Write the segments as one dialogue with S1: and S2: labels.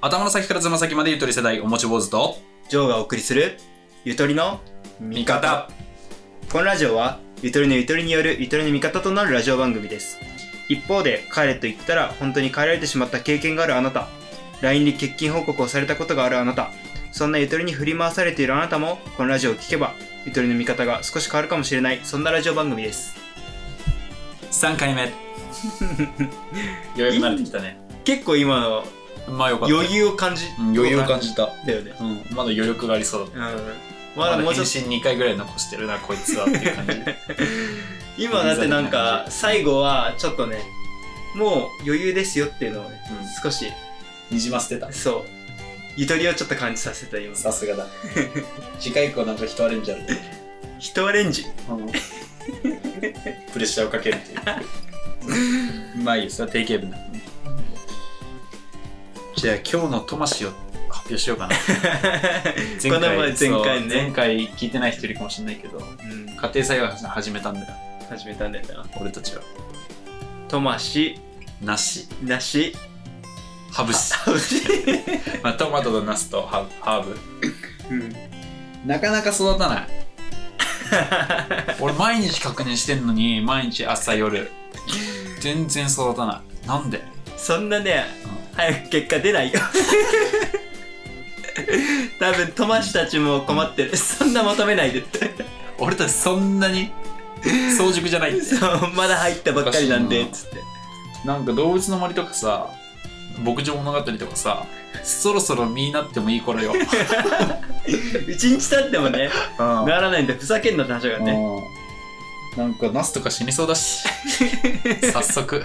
S1: 頭の先からつま先までゆとり世代おもち坊主と
S2: ジョーがお送りするゆとりの味このラジオはゆとりのゆとりによるゆとりの味方となるラジオ番組です一方で帰れと言ったら本当に帰られてしまった経験があるあなた LINE に欠勤報告をされたことがあるあなたそんなゆとりに振り回されているあなたもこのラジオを聞けばゆとりの味方が少し変わるかもしれないそんなラジオ番組です
S1: 3回目ようやく慣れてきたね
S2: 結構今の
S1: まあよかった
S2: 余裕を感じ
S1: うん余裕を感じた、
S2: だよね
S1: うん、まだ余力がありそう
S2: うんま
S1: ま
S2: だ
S1: だ
S2: もうち
S1: 返
S2: ょっと
S1: 信2回ぐらい残してるなこいつはっていう感じ
S2: 今だってなんか最後はちょっとねもう余裕ですよっていうのをね、
S1: うん
S2: 少し
S1: にじませてた
S2: そうゆとりをちょっと感じさせた今
S1: すがだ次回以降なんか人アレンジあるね
S2: 人アレ ンジ
S1: プレッシャーをかけるっていうまあいいよそれは定型文だからねじゃあ今日のトマシを発表しようかな
S2: この前前回ね
S1: そう前回聞いてない人いるかもしれないけど
S2: うん
S1: 家庭裁判始めたんだよ
S2: 始めたんだよな
S1: 俺たちは
S2: とまし
S1: なし
S2: なし
S1: ハブ し、まあ、トマトとナスとハハーブ
S2: うん
S1: なかなか育たない 俺毎日確認してんのに毎日朝夜全然育たないなんで
S2: そんなね
S1: う
S2: 早く結果出ないよ多分トマシたちも困ってるそんな求めないでって
S1: 俺たちそんなに早熟じゃないって
S2: そうまだ入ったばっかりなんでつって
S1: なんか動物の森とかさ牧場物語とかさそろそろ身になってもいい 頃よ、
S2: 一日経ってもね
S1: うん
S2: ならないんでふざけんなって話がね
S1: うんなんかナスとか死にそうだし 早速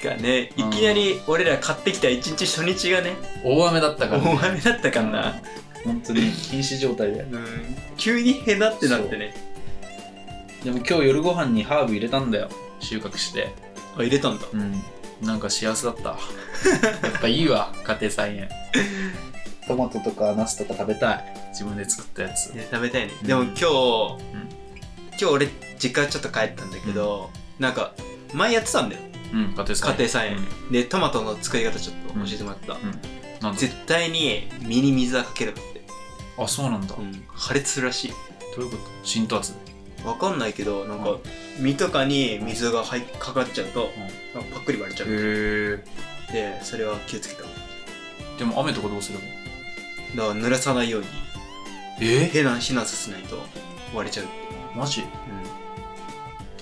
S2: てかねい
S1: うん
S2: きなり俺ら買ってきた一日初日がね
S1: 大雨だったから、
S2: 大雨だったからな、
S1: 本当に禁止状態で
S2: うん、急にへなってなってね
S1: でも今日夜ご飯にハーブ入れたんだよ収穫して
S2: あ入れたんだ
S1: うんなんか幸せだった やっぱいいわ家庭菜園トマトとかナスとか食べたい自分で作ったやつ
S2: ね食べたいね
S1: うん
S2: でも今日、
S1: ん
S2: 今日俺実家ちょっと帰ったんだけど、なんか前やってたんだよ
S1: うん家庭菜
S2: 家
S1: 園
S2: 庭菜園、
S1: うん
S2: でトマトの作り方ちょっと教えてもらった、
S1: なんだ
S2: 絶対に身に水はかけるって、
S1: あそうなんだ、
S2: うん、破裂するらしい
S1: どういうこと浸透圧で
S2: わかんないけどなん
S1: う
S2: か身とかに水が入っかかっちゃうと、なんかパックリ割れちゃう
S1: へ
S2: でそれは気をつけた方がいい
S1: えでも雨とかどうすれば
S2: だから濡らさないように
S1: え
S2: 避難避難させないと割れちゃうって、
S1: マジだ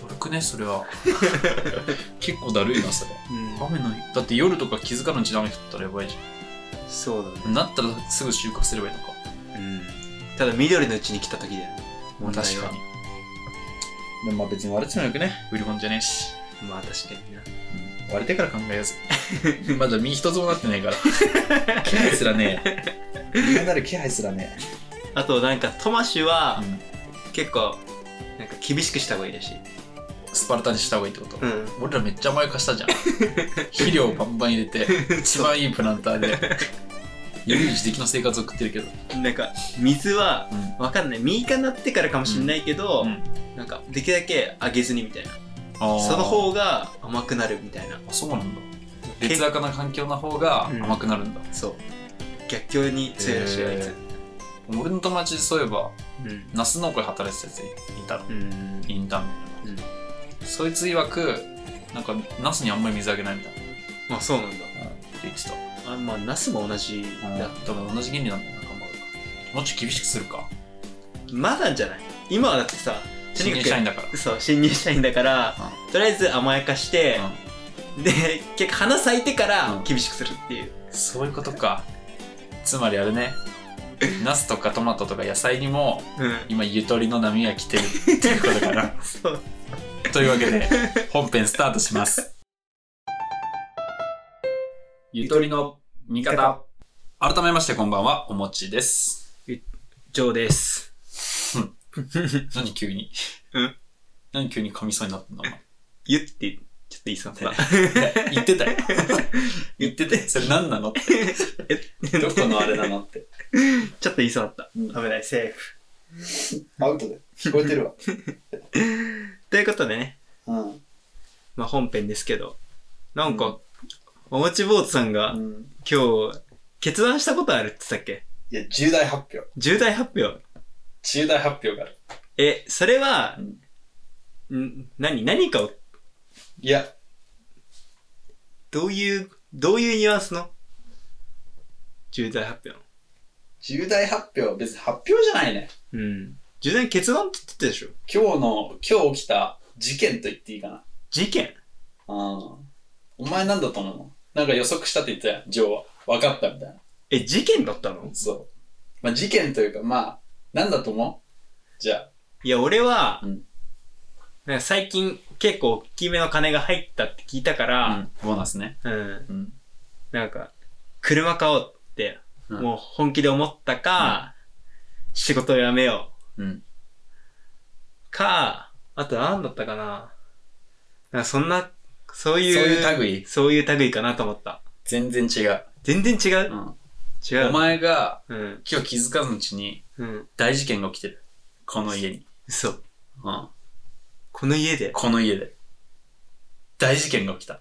S1: るくねそれは 結構だるいなそれ
S2: うん
S1: 雨の日だって夜とか気づかぬうちに雨降ったらやばいじ
S2: そうだね
S1: ゃんなったらすぐ収穫すればいいのか
S2: うんただ緑のうちに来た時だよね問題は
S1: でもまあ別に割れてもよくね売り物じゃねえし、
S2: まあ確かにな
S1: うん割れてから考えやす まだ身一つもなってないから 気配すらねえ身になる気配すらね
S2: あとなんかトマシュ
S1: え、
S2: は
S1: うん
S2: 結構なんか厳しくした方がいいらしい
S1: スパルタにした方がいいってこと、
S2: ん
S1: 俺らめっちゃ甘やかした じゃん肥料バンバン入れて一番いいプランター で悠々自適の生活を送ってるけど、
S2: なんか水は
S1: うん
S2: わかんない右かなってからかもしんないけど、
S1: うん
S2: なんかできるだけあげずにみたいな
S1: あー
S2: その方が甘くなるみたいな
S1: あそうなんだ劣悪な環境の方が
S2: うん
S1: 甘くなるんだ、
S2: そう逆境に強いらしいあい
S1: へ
S2: つ
S1: 俺の友達でそういえば
S2: うん
S1: ナス農家で働いてたやついたの
S2: うん
S1: インターンみたいな、そいつ曰くなんかナスにあんまり水あげないみたいな、
S2: まあそうなんだ
S1: って言ってた
S2: あまあナスも同じだ、
S1: 多分同じ原理なんだよな頑張るかもうちょっと厳しくするか
S2: まだじゃない今はだってさと
S1: 新
S2: に
S1: 入
S2: か
S1: 社
S2: く
S1: 員だから
S2: そう新入社員だから、とりあえず甘やかして、で結果花咲いてから
S1: うん
S2: 厳しくするっていう、
S1: そういうことかつまりあれねナスとかトマトとか野菜にも
S2: うん
S1: 今ゆとりの波が来てるっていうことかな
S2: そう
S1: というわけで本編スタートしますゆとりの味方改めましてこんばんはおもちです
S2: ジョーです
S1: 何急に
S2: うん
S1: 何急に噛みそうになったのお前
S2: ゆって ちょっと言いそうだ
S1: 言ってたよ言っててそれ何なのってどこのあれなのって
S2: ちょっと言いそうだった、
S1: うん
S2: 危ないセーフ
S1: アウトで聞こえてるわ
S2: ということでね、
S1: うん
S2: まあ、本編ですけどなんか、おもち坊主さんが
S1: うん、
S2: 今日、決断したことあるって言ったっけ
S1: いや、重大発表。
S2: 重大発表。
S1: 重大発表がある。
S2: え、それは
S1: う、
S2: ん何、何かを、
S1: いや、
S2: どういう、どういうニュアンスの重大発表。
S1: 重大発表は別に発表じゃないね。
S2: うん。重大決断って言ってたでしょ
S1: 今日の、今日起きた事件と言っていいかな。
S2: 事件
S1: うん。お前なんだと思うのなんか予測したって言ってたやん、ジョーは。分かったみたいな。
S2: え、事件だったの
S1: そう。まあ事件というか、まあ、なんだと思うじゃあ。
S2: いや、俺は、
S1: うん
S2: なんか最近結構大きめの金が入ったって聞いたから、
S1: ボーナスね。
S2: うん、
S1: うん。
S2: なんか、車買おうって、
S1: うん
S2: もう本気で思ったか、仕事を辞めよ
S1: うん。
S2: うか、あと何だったかな。なんかそんな、そう
S1: そう
S2: いう、
S1: いう類
S2: そういう類かなと思った。
S1: 全然違う。
S2: 全然違う、
S1: うん。
S2: 違う。
S1: お前が
S2: うん、
S1: 今日気づかずのうちに
S2: うん、
S1: 大事件が起きてる。この家に。
S2: 嘘。
S1: うん。
S2: この家で。
S1: この家で。大事件が起きた。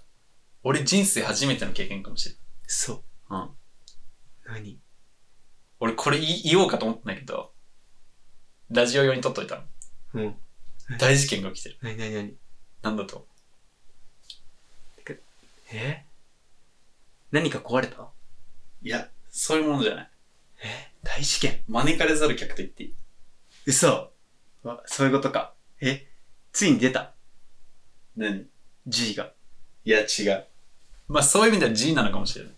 S1: 俺人生初めての経験かもしれない。
S2: 嘘。
S1: うん。
S2: 何
S1: 俺これ言い言おうかと思ったんだけど、ラジオ用に撮っといたの。
S2: うん。
S1: 大事件が起きてる。
S2: 何何何
S1: なんだと思う
S2: え何か壊れた
S1: いや、そういうものじゃない。
S2: え大事件
S1: 招かれざる客と言っていい。
S2: 嘘わそういうことか。えついに出た
S1: 何
S2: ?G が。
S1: いや、違う。まあそういう意味では G なのかもしれない。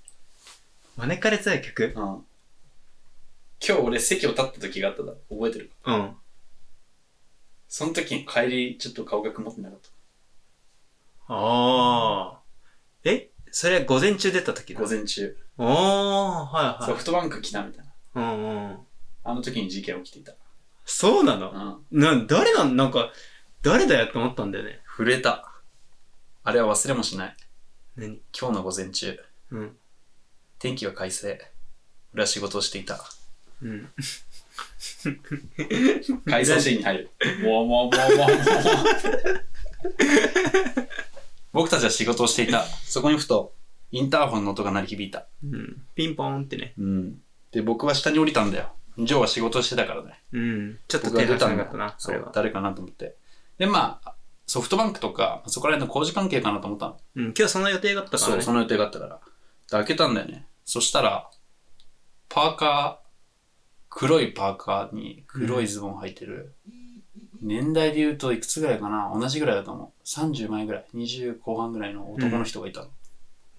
S2: 招かれたい客
S1: うん。今日俺席を立った時があっただ。覚えてる
S2: うん。
S1: その時に帰り、ちょっと顔が曇ってなかった。
S2: あー。えそれは午前中出た時だ。
S1: 午。前中。
S2: おー、はい
S1: ソ
S2: は
S1: フトバンク来たみたいな。
S2: い。うんうん。
S1: あの時に事件起きていた。
S2: そうなの
S1: うん。
S2: な、誰なん、なんか、誰だよって思ったんだよね。
S1: 震えた。あれは忘れもしない。
S2: 何
S1: 今日の午前中、
S2: うん。
S1: 天気は快晴。俺は仕事をしていた。
S2: うん。
S1: 回想シーンに入る。もうもうもうもうもう。僕たちは仕事をしていた。そこにふと、インターホンの音が鳴り響いた。
S2: うん。ピンポーンってね。
S1: うん。で、僕は下に降りたんだよ。ジョーは仕事をしてたからね。
S2: うん。ちょっと
S1: 僕が
S2: 手
S1: 出
S2: 出
S1: た
S2: た
S1: んだ
S2: なかったな、そ
S1: そ
S2: れ
S1: う
S2: は。
S1: 誰かなと思ってでまあソフトバンクとかそこら辺の工事関係かなと思ったの
S2: うん。今日その予定だったから
S1: そう
S2: ね
S1: そ。の予定があったからで開けたんだよねそしたらパーカー黒いパーカーに黒いズボン履いてる、年代で言うといくつぐらいかな同じぐらいだと思う30前ぐらい20後半ぐらいの男の人がいたの、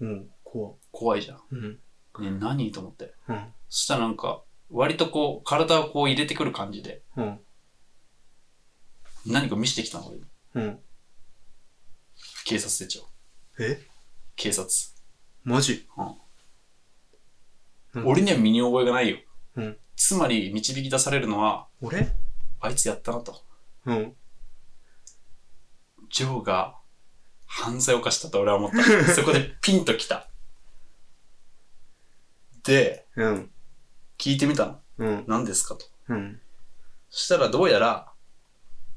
S2: うん。怖
S1: 怖いじゃん、
S2: うん。
S1: ね、何と思って
S2: うん。
S1: そしたらなんか割とこう体をこう入れてくる感じで
S2: うん。
S1: 何か見せてきたの俺に
S2: うん。
S1: 警察手帳
S2: え
S1: 警察
S2: マジうん
S1: 俺には身に覚えがないよ、
S2: うん
S1: つまり導き出されるのは
S2: 俺
S1: あいつやったなと
S2: うん。
S1: ジョーが犯罪を犯したと俺は思った そこでピンときたで
S2: うん。
S1: 聞いてみたの
S2: うん。
S1: 何ですかと
S2: うん。
S1: そしたらどうやら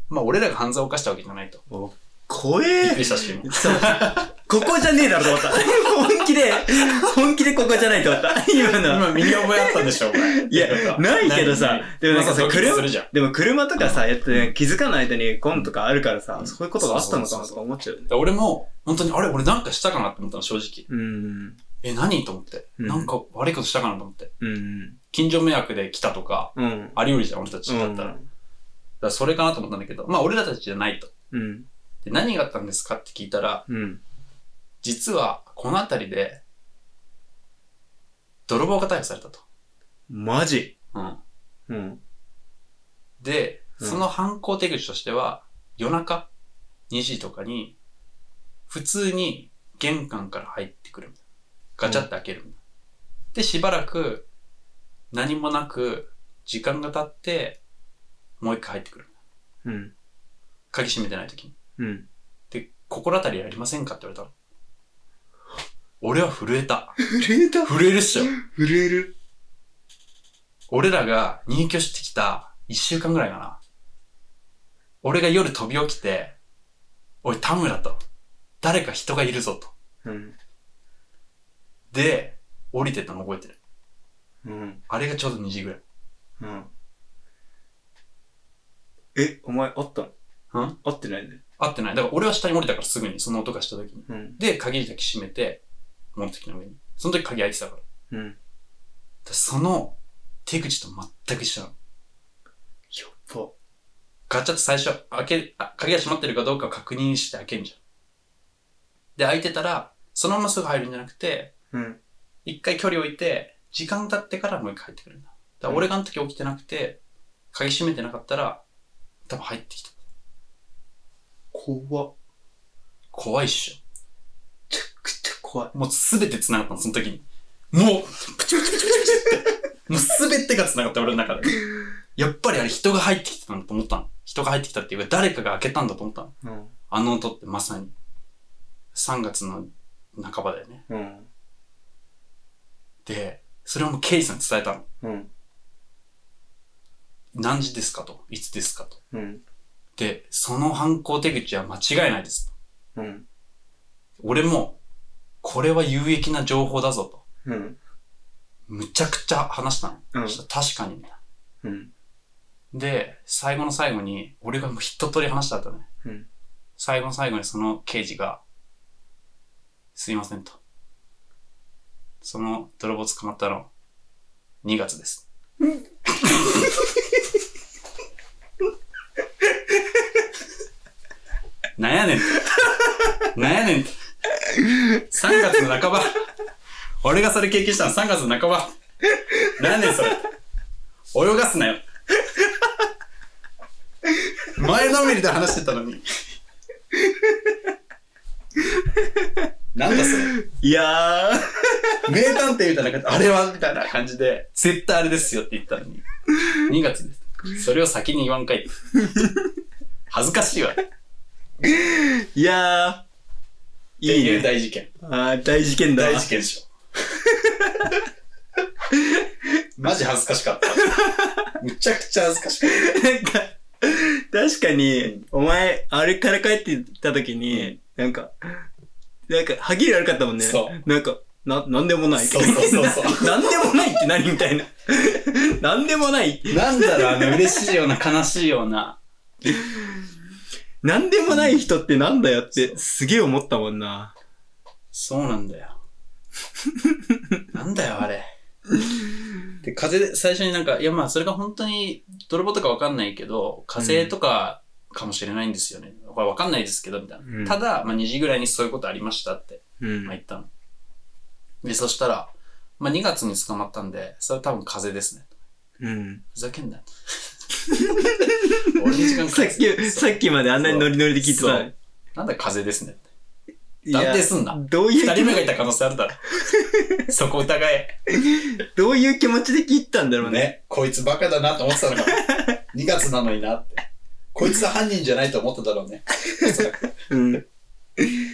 S1: まあ俺らが犯罪を犯したわけじゃないと
S2: お、怖
S1: びっ
S2: え
S1: くりしたし今
S2: そう。ここじゃねえだろと思った。 本気で、本気でここじゃないと思った。今のは。
S1: 今身に覚えあったんでしょお前
S2: いやないけどさ
S1: で
S2: で
S1: も
S2: も
S1: な
S2: なん
S1: かさ
S2: んかさ
S1: 車するじゃん
S2: でも車とかさ、やってね気づかない間にゴンとかあるからさ、そういうことがあったのかなとか思っちゃうよね。
S1: 俺も本当にあれ俺なんかしたかなって思ったの正直
S2: うん。
S1: え何と思って、
S2: うん
S1: なんか悪いことしたかなと思って
S2: うん。
S1: 近所迷惑で来たとか
S2: うん。
S1: あり得るじゃん俺たちだったら、だからそれかなと思ったんだけど、まあ俺らたちじゃないと。
S2: うん。
S1: で、何があったんですかって聞いたら、
S2: うん。
S1: 実はこの辺りで、泥棒が逮捕されたと。
S2: マジ
S1: うん。
S2: うん。
S1: で、
S2: うん
S1: その犯行手口としては、夜中2時とかに、普通に玄関から入ってくるみたいな。ガチャって開けるみたいな。で、しばらく何もなく、時間が経って、もう一回入ってくる。
S2: うん。
S1: 鍵閉めてない時に。
S2: うん。
S1: で、心当たりありませんかって言われたの。俺は震えた。
S2: 震えた
S1: 震えるっしょ。
S2: 震える。
S1: 俺らが入居してきた一週間ぐらいかな。俺が夜飛び起きて、おい、田村と。誰か人がいるぞと。
S2: うん。
S1: で、降りてったの覚えてる。
S2: うん。
S1: あれがちょうど2時ぐらい。
S2: うん。え、お前、あったん
S1: うん
S2: 会ってないね。
S1: 合ってない。だから俺は下に降りたからすぐに、その音がした時に。
S2: うん。
S1: で、鍵だけ閉めて、持ってきた上に。その時鍵開いてたから。だか
S2: うん。
S1: らその手口と全く一緒なの。
S2: やっば。
S1: ガチャって最初、開け、あ鍵が閉まってるかどうかを確認して開けんじゃん。で、開いてたら、そのまますぐ入るんじゃなくて、
S2: うん。
S1: 一回距離置いて、時間経ってからもう一回入ってくるんだ。だから俺があの時起きてなくて、鍵閉めてなかったら、多分入ってきた。
S2: 怖っ。
S1: 怖いっし
S2: めちゃくちゃ怖い。
S1: ょ。もうすべて繋がったの、その時に。もう、プチプチプチプチプチって。もうすべてが繋がった、俺の中で。やっぱりあれ人が入ってきてたんだと思ったの。人が入ってきたっていうか、誰かが開けたんだと思ったの。
S2: うん。
S1: あの音ってまさに、3月の半ばだよね。
S2: うん。
S1: で、それをもうケイさんに伝えたの。
S2: うん。
S1: 何時ですかと。いつですかと。
S2: うん。
S1: で、その犯行手口は間違いないですと。
S2: うん。
S1: 俺も、これは有益な情報だぞと。
S2: うん。
S1: むちゃくちゃ話したの。
S2: うん
S1: そしたら確かに、ね。
S2: うん。
S1: で、最後の最後に、俺がもう一通り話した後ね。
S2: うん
S1: 最後の最後にその刑事が、すいませんと。その泥棒捕まったの、2月です。なんやねんと。なんやねんと。3月の半ば。俺がそれ経験したの3月の半ば。なんやねんそれ。泳がすなよ。前のめりで話してたのに。なんだそれ。
S2: いやー。
S1: 名探偵みたいな感じ、あれはみたいな感じで、絶対あれですよって言ったのに。2月です。それを先に言わんかい。恥ずかしいわ。って
S2: いやー。いい
S1: いう
S2: ね。
S1: 大事件。
S2: あー大事件だわ。
S1: 大事件でしょ。マジ恥ずかしかった。むちゃくちゃ恥ずかしかっ
S2: なんか、確かに、お前、あれから帰ってきた時に、なんか、なんか、歯切れ悪かったもんね。
S1: そう
S2: なんか、な、なんでもない。
S1: そうそうそうそう
S2: ななんでもないって何みたいな。 なんでもない。
S1: た。なんだろう、あの嬉しいような悲しいような。
S2: なんでもない人ってなんだよっ
S1: そ
S2: て、
S1: う
S2: すげえ思ったもんな。
S1: そうなん だよ。なんだよ、あれ。で、風邪で、最初になんか、いやまあ、それが本当に泥棒とかわかんないけど、風邪とかかもしれないんですよね。これわかんないですけど、みたいな。
S2: うん
S1: ただ、まあ2時ぐらいにそういうことありましたって、
S2: う
S1: まあ言
S2: ん。
S1: ったの。で、そしたら、まあ2月に捕まったんで、それは多分風邪ですね。
S2: うん。
S1: ふざけん なよ。俺に時間か
S2: さ
S1: か
S2: っき、さっきまであんなにノリノリで聞いて
S1: そ
S2: たの
S1: う。なんだ風邪ですねって。
S2: い
S1: 断
S2: や
S1: 定すんな。
S2: どういう
S1: 二
S2: 気
S1: 人目
S2: 持
S1: がいた可能性あるだろ。そこ疑え。
S2: ち、どういう気持ちで聞いてたんだろうね。
S1: ね、こいつバカだなと思ってたのか2月なのになって。こいつは犯人じゃないと思っただろうね。おそらく
S2: うん。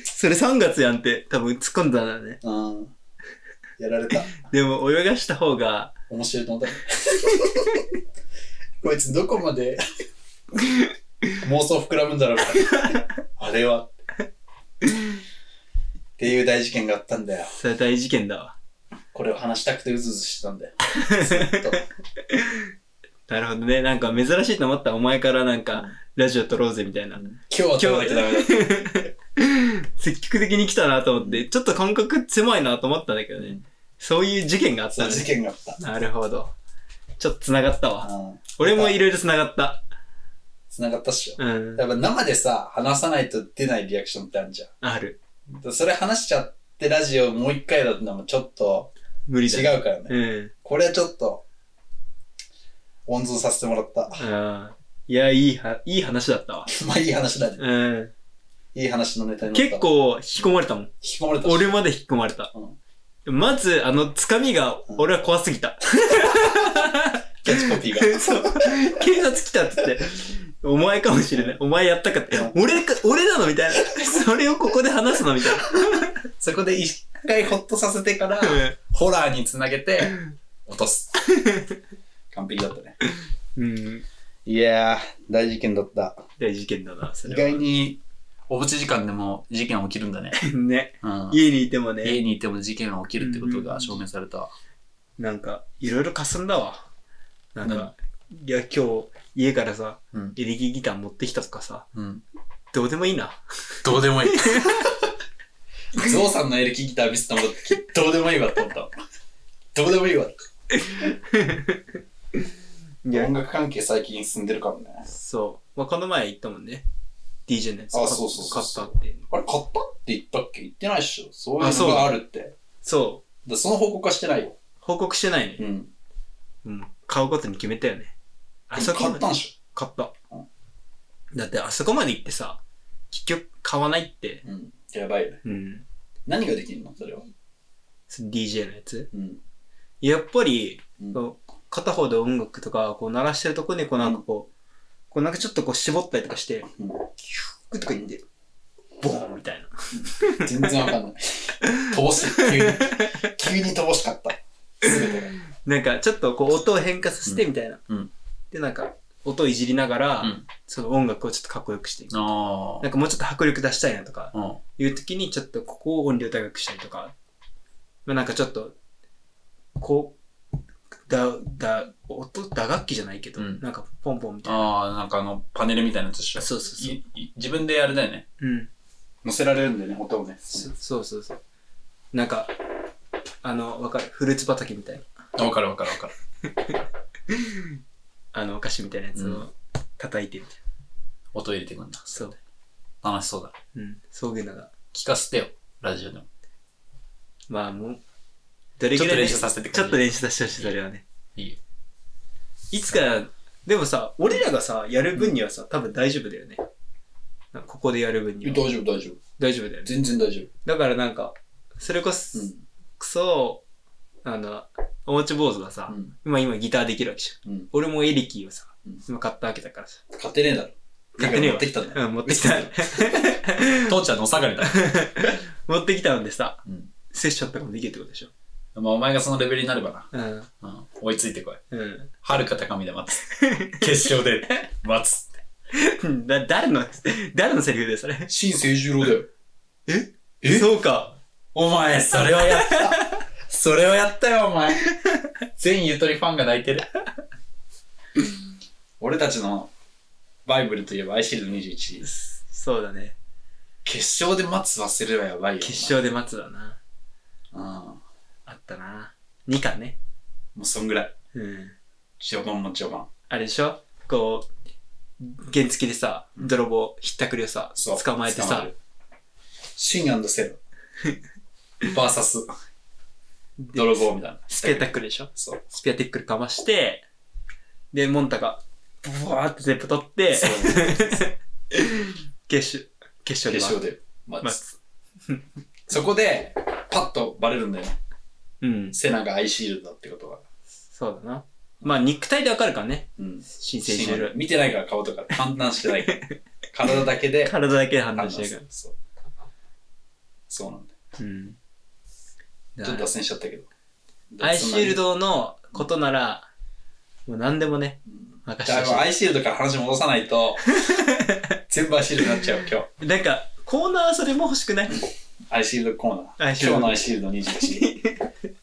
S2: それ3月やんって、多分突っ込んだんだね。
S1: うん。やられた。
S2: でも泳がした方が、
S1: 面白いと思った。こいつどこまで妄想膨らむんだろうか。あれは。っていう大事件があったんだよ。
S2: それは大事件だわ。
S1: これを話したくてうずうずしてたんだよ。ずっと
S2: なるほどね。なんか珍しいと思った。お前からなんか、ラジオ撮ろうぜみたいな。
S1: 今日は取らなきゃダメだ。
S2: 積極的に来たなと思って、ちょっと感覚狭いなと思ったんだけどね。そういう事件があっ
S1: そ
S2: た
S1: う
S2: ね
S1: 事。件があった。
S2: なるほど。ちょっと繋がったわ。
S1: うん
S2: 俺もいろいろ繋がった。
S1: 繋がったっしょ。
S2: うん。
S1: やっぱ生でさ、話さないと出ないリアクションってあるじゃ
S2: ある。
S1: ん。だからそれ話しちゃってラジオもう一回だともちょっと
S2: 無理だ。
S1: 違
S2: う。
S1: うからね。
S2: うん。
S1: これはちょっと、温存させてもらった。
S2: あーいや、いいは、いい話だったわ。
S1: まあいい話だね。
S2: うん。
S1: いい話のネタになった。
S2: 結構引き込まれたもん。
S1: 引き込まれたし。
S2: 俺まで引き込まれた。まず、あの、つかみが、俺は怖すぎた。
S1: キャッチコピーが。
S2: そう。警察来たって言って。お前かもしれない。お前やったかって。俺か、俺なのみたいな。それをここで話すのみたいな。
S1: そこで一回ホッとさせて から、ホラーにつなげて、落とす。完璧だったね。
S2: うん。
S1: いやー、大事件だった。
S2: 大事件だな、そ
S1: 意
S2: れは。
S1: 外におうち時間でも事件は起きるんだね。
S2: ね。
S1: うん、
S2: 家にいても
S1: 家
S2: ね、
S1: にいても事件は起きるってことが証明された。
S2: なんか、いろいろかすんだわ。なん
S1: 何
S2: か、いや、今日、家からさ、
S1: うん。
S2: エレキギター持ってきたとかさ、
S1: うん。
S2: どうでもいいな。
S1: どうでもいい。 ゾウさんのエレキギター見せたもどうでもいいわって思った。どうでもいいわ。
S2: いや、
S1: 楽関係最近進んでるからね。
S2: そう。まあ、この前行ったもんね。DJ のやつ。
S1: あそうそうそうそう
S2: 買ったって。
S1: あれ、買ったって言ったっけ言ってないっしょ。そ
S2: あそう
S1: るって。
S2: そ
S1: だその報告はしてないよ。
S2: う。報告してないね
S1: う。ん。
S2: うん。買うことに決めたよね。あそこ
S1: 買
S2: ま
S1: っ
S2: で
S1: たんっし
S2: 買った
S1: うん。
S2: だって、あそこまで行ってさ、結局買わないって。
S1: ょ。うん。やばいよね。
S2: うん。
S1: 何ができるのそれは。
S2: その DJ のやつ。
S1: うん。
S2: やっぱり、
S1: うん
S2: こう片方で音楽とか、こう鳴らしてるとこに、こうなんかこう、こうなんかちょっとこう絞ったりとかして、
S1: うん
S2: キューとか言って、ボーンみたいな。
S1: 全然わかんない。 乏しい。急に。急に乏しかった。すべてが。
S2: なんかちょっとこう音を変化させてみたいな。
S1: うんうん
S2: で、なんか音をいじりながら、
S1: うん
S2: その音楽をちょっとかっこよくしていく。
S1: あ
S2: なんかもうちょっと迫力出したいなとか、
S1: あ。うん。
S2: いう時にちょっとここを音量高くしたりとか、まあ、なんかちょっと、こう、だ、だ、音、打楽器じゃないけど、
S1: うん
S2: なんかポンポンみたいな。
S1: ああ、なんかあの、パネルみたいなやつでしょ。
S2: そうそうそう
S1: いい自分であれだよね。
S2: うん。
S1: 乗せられるんだよね、音をね。
S2: そそうそうそう。なんか、あの、わかる。フルーツ畑みたいな。
S1: わかるわかるわかる。
S2: あの、お菓子みたいなやつ
S1: う
S2: を叩いてみたいな。
S1: 音入れてくんだ。
S2: そう。
S1: 楽しそうだ。
S2: うん。そういうのが。
S1: 聞かせてよ、ラジオでも。
S2: まあもう、どれ
S1: ちょっと
S2: ね
S1: 練習させてくれ
S2: ちょっと練習させてほしい、それはね。
S1: いいよ。
S2: いつか、でもさ、俺らがさ、やる分にはさ、多分大丈夫だよね。なんかここでやる分には。
S1: 丈夫、大丈夫。
S2: 大丈夫だよね。
S1: 全然大丈
S2: だからなんか、それこそ、くそ、あの、おもち坊主がさ、
S1: ん。
S2: 今今ギターできるわけじゃん。
S1: うん。
S2: 俺もエレキをさ
S1: うん、
S2: 今買ったわけだからさ。
S1: 勝てねえだろ。
S2: 勝手には
S1: 持ってきたんだ。
S2: うん、持っ てきた。
S1: 父ちゃんのお下がりだ。
S2: 持ってきたのでさ、
S1: うん。
S2: セッションとかもできるってことでしょ。
S1: まあ、お前がそのレベルになればな。
S2: うん。
S1: うん。追いついてこい。
S2: う
S1: はるか高みで待 つ。決勝で待つ。
S2: ん。だ、誰の、誰のセリフでそれ。
S1: 新清十郎だよ。
S2: え
S1: え
S2: そうか。
S1: お前、それをやった。それをやったよ、お 前。全ゆとりファンが泣いてる。 俺たちのバイブルといえばアイシールド21。
S2: そうだね。
S1: 決勝で待つ忘れればやばいよ。
S2: 決勝で待つだな。
S1: お前。うん。も
S2: あったな。2巻ね。
S1: うそんぐらい。
S2: うん。
S1: 序盤も序盤。
S2: あれでしょこう、原付でさ、泥棒、ひったくりをさ、
S1: そう。
S2: 捕まえて
S1: 捕ま
S2: さ
S1: る、。シンセ ロ。バーサス。
S2: で
S1: 泥棒みたいな。
S2: スペアタックルでしょ
S1: そう。
S2: スペアテックルかまして、で、モンタが、ブワーって全部取って、
S1: そう
S2: 決勝、決勝で
S1: 決勝
S2: は
S1: で待
S2: 待
S1: つ。
S2: つ。
S1: そこで、パッとバレるんだよね。
S2: うん。
S1: セナがアイシールドだってことは。
S2: そうだな。まあ、肉体でわかるからね。
S1: うん。
S2: 新生してる。
S1: 見てないから顔 とか判断してないから。体だけで
S2: 体だけで判
S1: 判
S2: 断
S1: 断
S2: して
S1: し
S2: る
S1: てる
S2: か
S1: から。そう。そうなんだよ。
S2: ら。うん。だ
S1: ちょっ
S2: か
S1: と
S2: ら
S1: 脱線しちゃったけど。
S2: アイシールドのことなら、もう何でもね、
S1: うん。
S2: 任
S1: じ
S2: せ
S1: ゃ
S2: て
S1: あ
S2: ほ
S1: もうアイシールドから話戻さない と、全部アイシールドになっちゃう、今日。
S2: しい。なんか、コーナーそれも欲しくない
S1: アイシールドコーナー。
S2: アイシールド
S1: 今日のアイシールド21。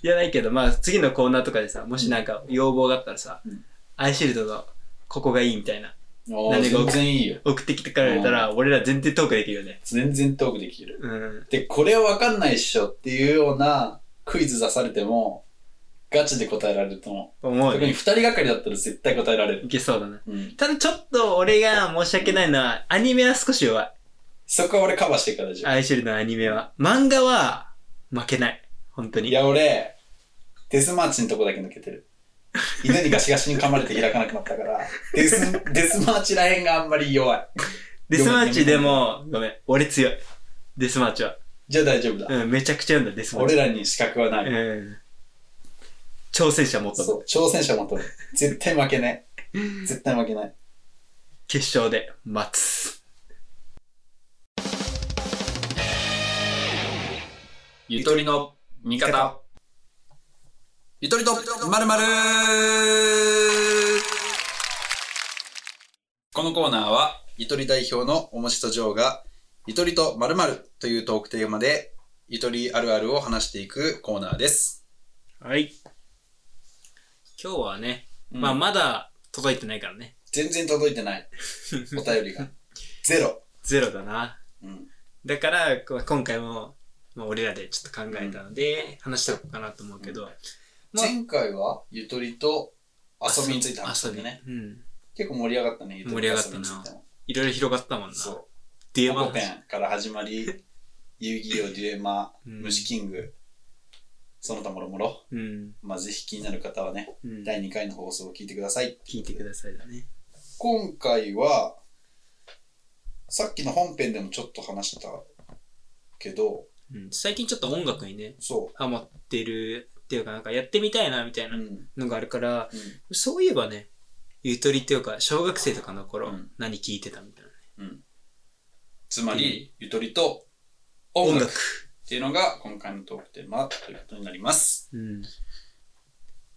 S2: いやないけど、まあ、次のコーナーとかでさ、もしなんか要望があったらさ、
S1: うん
S2: アイシールドのここがいいみたいな、
S1: おー
S2: 何が
S1: 全然いいよ。
S2: 送ってきてくれたら、俺ら全然トークできるよね。
S1: 全然トークできる。
S2: うん。
S1: で、これはわかんないっしょっていうようなクイズ出されても、ガチで答えられると思
S2: 思
S1: う。
S2: う
S1: 特
S2: ね。
S1: に二人がかりだったら絶対答えられる。
S2: いけそうだな。
S1: うん。
S2: ただちょっと俺が申し訳ないのは、アニメは少し弱い。
S1: そこは俺カバーしてるから、じゃあ
S2: アイシールドのアニメは。漫画は、負けない。本当
S1: い
S2: に。
S1: や、俺、デスマーチのとこだけ抜けてる。犬にガシガシに噛まれて開かなくなった から、デス、デスマーチらへんがあんまり弱い。
S2: デスマッチでも、ごめん、俺強い。デスマッチは。
S1: じゃあ大丈夫だ。
S2: うん、めちゃくちゃ読んだ、デスマッチ。
S1: 俺らに資格はない。
S2: うん。挑戦者もっと
S1: そう、挑戦者も取る。絶対負けない。絶対負けない。
S2: 決勝で待つ。
S1: ゆとりの味方。ゆとりとまるまるこのコーナーは、
S3: ゆとり代表のおもちとジョーが、ゆとりと〇〇というトークテーマで、ゆとりあるあるを話していくコーナーです。
S4: はい。
S2: 今日はね、まあまだ届いてないからね。
S3: 全然届いてない。お便り が。ゼロ。
S2: ゼロだな。
S3: うん。
S2: だから、こ今回も、まあ、俺らでちょっと考えたので、話しておこうかなと思うけど、まあ
S3: 前回は、ゆとりと遊びについて話したんでね。
S2: 遊びうん。
S3: 結構盛り上がったね、ゆとりと遊びについ
S2: 盛り上がった
S3: ても。
S2: いろいろ広がったもんな。
S3: そう。
S2: デー
S3: ポ
S2: マ
S3: コペンから始まり、遊戯王、デュエマ、
S2: うん
S3: 虫キング、その他もろもろ。
S2: うん。
S3: まあ、ぜひ気になる方はね、
S2: うん。
S3: 第2回の放送を聞いてください。
S2: 聞いてくださいだね。
S3: 今回は、さっきの本編でもちょっと話したけど、
S2: うん。最近ちょっと音楽にね、
S3: そ。
S2: ハマってるっていうか、なんかやってみたいなみたいう
S3: う。
S2: なんのがあるから、
S3: うん
S2: そういえばね、ゆとりっていうか、小学生とかの頃、
S3: うん
S2: 何聞いてたみたいなね。
S3: つまり、ゆとりと音楽っていうのが今回のトークテーマということになります。
S2: うん。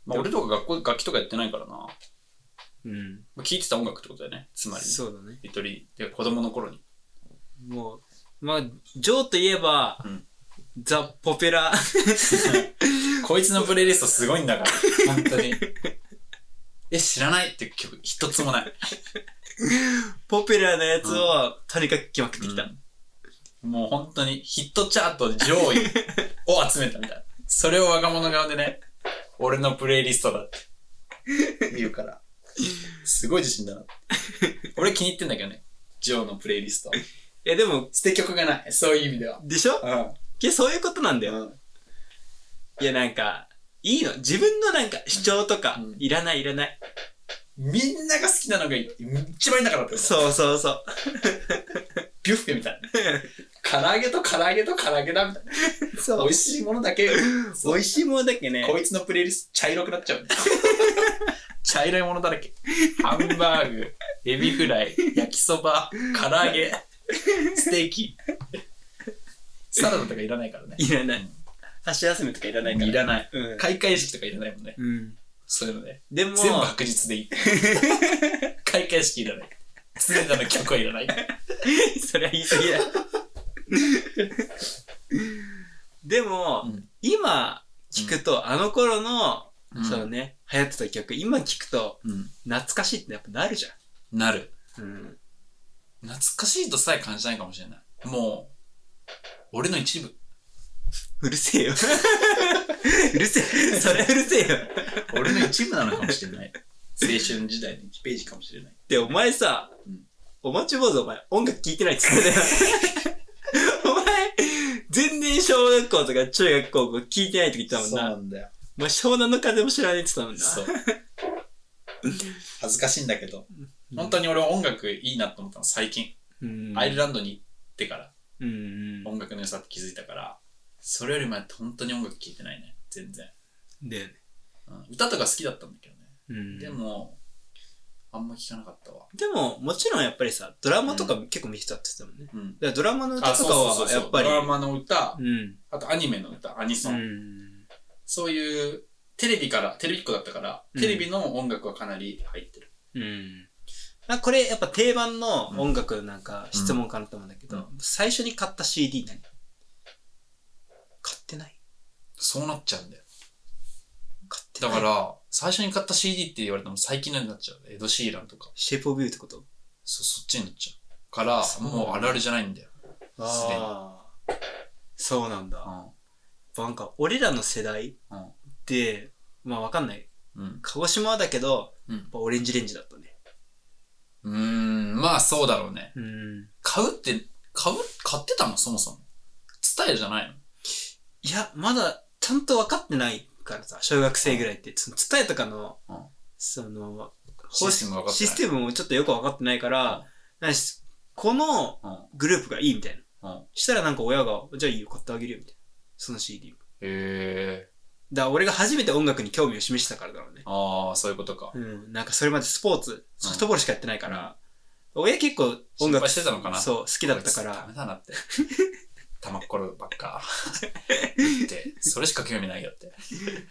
S1: まあ、俺とか学校楽器とかやってないからな。ま
S2: うん。
S1: あ、聴いてた音楽ってことだよね。つまり、ね、
S2: そうだね。
S1: ゆとり、で子供の頃に。
S2: もう、まあ、ジョーといえば、
S1: うん
S2: ザ・ポペラ。
S1: こいつのプレイリストすごいんだから。本当に。 え、知らないって曲一つもない。
S2: ポペラのやつを、とにかく来まくってきた。
S1: もう本当にヒットチャート上位を集めたみたいな。それを若者側でね、俺のプレイリストだって言うから。すごい自信だな。俺気に入ってんだけどね。ジョーのプレイリスト。
S2: え、でも、
S1: 捨て曲がない。そういう意味では。
S2: でしょ
S1: うん。
S2: いやそういうことなんだよ。
S1: うん
S2: いや、なんか、いいの。自分のなんか主張とか、
S1: うん
S2: いらないいらない。
S1: みんなが好きなのが一番いいんだからってこと
S2: そうそうそう。
S1: ビュッフェみたいな。唐揚げと唐揚げと唐揚げだみたいな。
S2: そ
S1: 美味しいものだけ。
S2: 美味しいもんだけね。
S1: こいつのプレイリスト茶色くなっちゃ う。茶色いものだらけ。ハンバーグ、エビフライ、焼きそば、唐揚げ、ステーキ。サラダとかいらないからね。
S2: いらない。箸休めとかいらないから。
S1: いらない。
S2: うん。
S1: 開会式とかいらないもんね。
S2: うん。
S1: そういうのね。
S2: でも、
S1: 全部白日でいい。 開会式いらない。常田の曲はいら ない。
S2: それは言い過ぎだ。でも、
S1: うん
S2: 今聞くと、あの頃の、そうね、流行ってた曲、今聞くと、
S1: うん
S2: 懐かしいってやっぱなるじ
S1: なる。
S2: ゃん。うん。
S1: 懐かしいとさえ感じないかもしれない。もう、俺の一部。
S2: うるせえ よ。うるせえ。それうるせえよ。
S1: 俺の一部なのかもしれない。青春時代の1ページかもしれない。
S2: で、お前さ、
S1: うん
S2: お待ち坊主お前、音楽聴いてないって言ってたよ。 お前、全然小学校とか中学校も聴いてないって言ってたもん
S3: そうな
S2: な。
S3: んだよ。
S2: お前湘南の風も知らないって言ってたもんな。
S1: そう。
S3: 恥ずかしいんだけど。
S2: うん
S1: 本当に俺は音楽いいなと思ったの最近。
S2: うん。
S1: アイルランドに行ってから
S2: うん。
S1: 音楽の良さって気づいたから、それより前って本当に音楽聴いてないね。全然。
S2: だよね。
S1: うん歌とか好きだったんだけどね。
S2: うん。
S1: でも、あんま聴かなかったわ。
S2: でも、もちろんやっぱりさ、ドラマとかも結構見てたって言ってたもん
S1: う
S2: ね。
S1: ん。
S2: だからドラマの歌
S1: あ、
S2: と
S1: そうそ
S2: か
S1: うそう
S2: は、
S1: そう
S2: やっぱり。
S1: ドラマの歌、
S2: うん。
S1: あとアニメの歌、アニソ
S2: う
S1: ン。
S2: ん。
S1: そういう、テレビから、テレビっ子だったから、
S2: うん
S1: テレビの音楽はかなり入ってる。
S2: うん。あこれやっぱ定番の音楽のなんか質問かなと思うんだけど、
S1: うん
S2: 最初に買った CD 何買ってない
S1: そうなっちゃうんだよ。
S2: 買ってな
S1: だ
S2: い。
S1: からら、最初に買った CD って言われても最近のになっちゃう。エド・シーランとか。
S2: シェイプオブユーってこと
S1: そ、そっちになっちゃう。から、もうあるあるじゃないんだよ。
S2: ああ。そうなんだ。やっ
S1: う
S2: ぱなんか俺らの世代
S1: うん
S2: で、まあわかんない。
S1: ん。うん。
S2: 鹿児島はだけど、
S1: うん
S2: やっぱオレンジレンジだったね。
S1: うーん、まあそうだろうね。
S2: うん。
S1: 買うって、買う、買ってたのそもそも。ツタヤじゃないの
S2: いや、まだちゃんと分かってないからさ、小学生ぐらいって、その、伝えとかの、
S1: うん
S2: その、
S1: システム分かってない
S2: システムもちょっとよく分かってないから、なんかこのグループがいいみたいな。
S1: うん
S2: したらなんか親が、じゃあいいよ、買ってあげるよ、みたいな。その CD を。
S1: へえ。
S2: だから俺が初めて音楽に興味を示したからだろうね。
S1: ああ、そういうことか。
S2: うん。なんかそれまでスポーツ、ソフトボールしかやってないから、親結構音
S1: 心
S2: 楽
S1: 配してたのかな
S2: そう、好きだったか
S1: ダ
S2: ら
S1: メ。だな って。玉っころばっか。言って、それしか興味ないよって。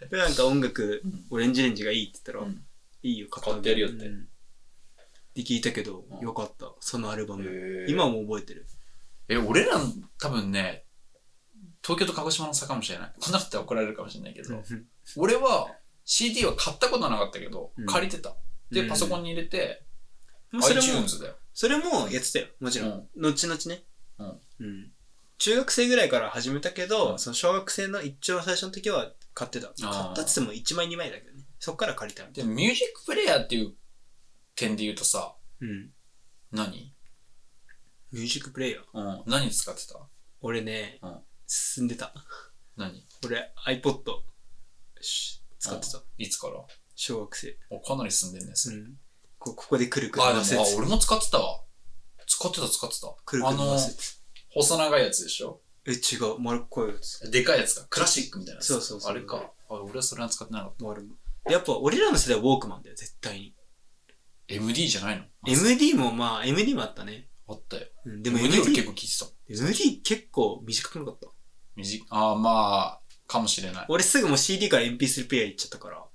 S2: で、なんか音楽
S1: うん、
S2: オレンジレンジがいいって言ったら、
S1: うん
S2: いいよ、買
S3: 買ってやるよって
S2: うんて聞いたけど
S5: うん、
S2: よかった。そのアルバム。
S5: 今
S2: 今も覚えてる。
S1: え、俺ら多分ね、東京と鹿児島の差かもしれない。こんなこと言ったら怒られるかもしれないけど、俺は CD は買ったことなかったけど、
S2: うん
S1: 借りてた。で、パソコ
S2: ン。
S1: ンに入れて、
S2: まあそれも、
S1: iTunes だよ。
S2: それもやってたよ。もちろん。後々ね。うん。中学生ぐらいから始めたけ
S1: う
S2: ど、
S1: ん
S2: その小学生の一丁最初の時は買ってた。買
S1: あー
S2: ったっつっても1枚2枚だけどね。そっから借りたみ
S1: で
S2: たい
S1: も、ミュージックプレイヤーっていう点で言うとさ、
S2: な。うん。
S1: 何
S2: ミュージックプレイヤー。
S1: うん。何使ってた
S2: 俺ね
S1: うん、
S2: 進んでた。
S1: 何
S2: 俺 iPod し使ってた。
S1: いつから
S2: 小学生。
S1: おかなり進んでるね。それ
S2: うん。こここでくるくる
S1: あ、で
S2: 回す
S1: も、
S2: や
S1: あ
S2: つ。
S1: 俺も使ってたわ。使ってた、使ってた。
S2: くるく
S1: あ
S2: る
S1: の
S2: 回、すやつ。
S1: 細長いやつでしょ
S2: え、違う。丸っこいやつ。
S1: でかいやつか。クラシックみたいなやつ。
S2: そうそうそう
S1: あれか。あ俺はそれは使ってなかった。
S2: もうあれもやっぱ俺らの世代はウォークマンだよ、絶対に。
S1: MD じゃないの
S2: MD もまあ、MD もあったね。
S1: あったよ。
S2: うん、で
S1: で
S2: も
S1: も
S2: MD,
S1: MD 俺結
S2: MD,
S1: 構聞いてた。
S2: 結構短くなかった。
S1: 短いああ、まあ、かもしれない。
S2: 俺すぐもう CD から MP3 プレイヤー行っちゃったか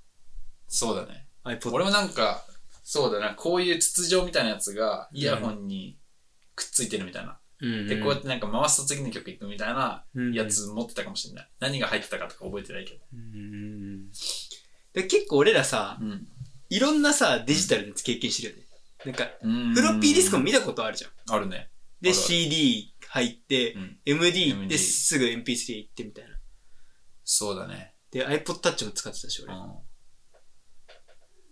S1: そうだね。
S2: ら。iPod。
S1: 俺もなんか、そうだな、こういう筒状みたいなやつがイヤホンにくっついてるみたいな。
S2: うん
S1: で、こうやってなんか回すと次の曲いくみたいな
S2: うん
S1: やつ持ってたかもしれない。何が入ってたかとか覚えてないけど。
S2: うんで、結構俺らさ、
S1: うん。
S2: いろんなさ、デジタルのやつ経験してるよね。なんか、
S1: うん
S2: フロッピーディスクも見たことあるじゃん。
S1: あるね。あ
S2: で、
S1: るある
S2: CD 入って
S1: う、ん。
S2: MD 行っ
S1: MD
S2: て、すぐ MP3 行ってみたいな。
S1: そうだね。
S2: で、iPod Touch も使ってたし、
S1: う
S2: 俺。
S1: ん。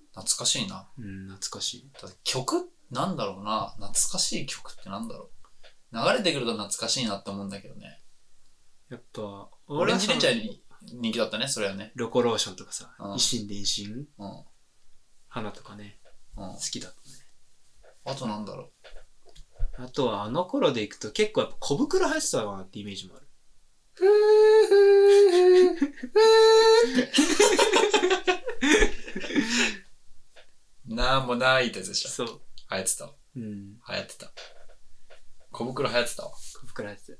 S1: 懐かしいな。
S2: うん、懐かしい。
S1: だって曲なんだろうな懐かしい曲ってなんだろう流れてくると懐かしいなって思うんだけどね
S2: やっぱ、
S1: オレン
S2: は
S1: ジ
S2: さ
S1: レンジャーに人気だったねそれはね
S2: ロコローションとかさ
S1: うん、
S2: 維新伝心、
S1: うん
S2: 花とかね、
S1: うん
S2: 好きだったね。
S1: あとなんだろ
S2: あとはあの頃でいくと結構やっぱ小袋入ってたなってイメージもある。
S1: うなんもないってやつでしょ
S2: そう。
S1: 流行ってたわ
S2: うん。
S1: 流行ってた小袋流行ってたわ
S2: 小袋入ってた。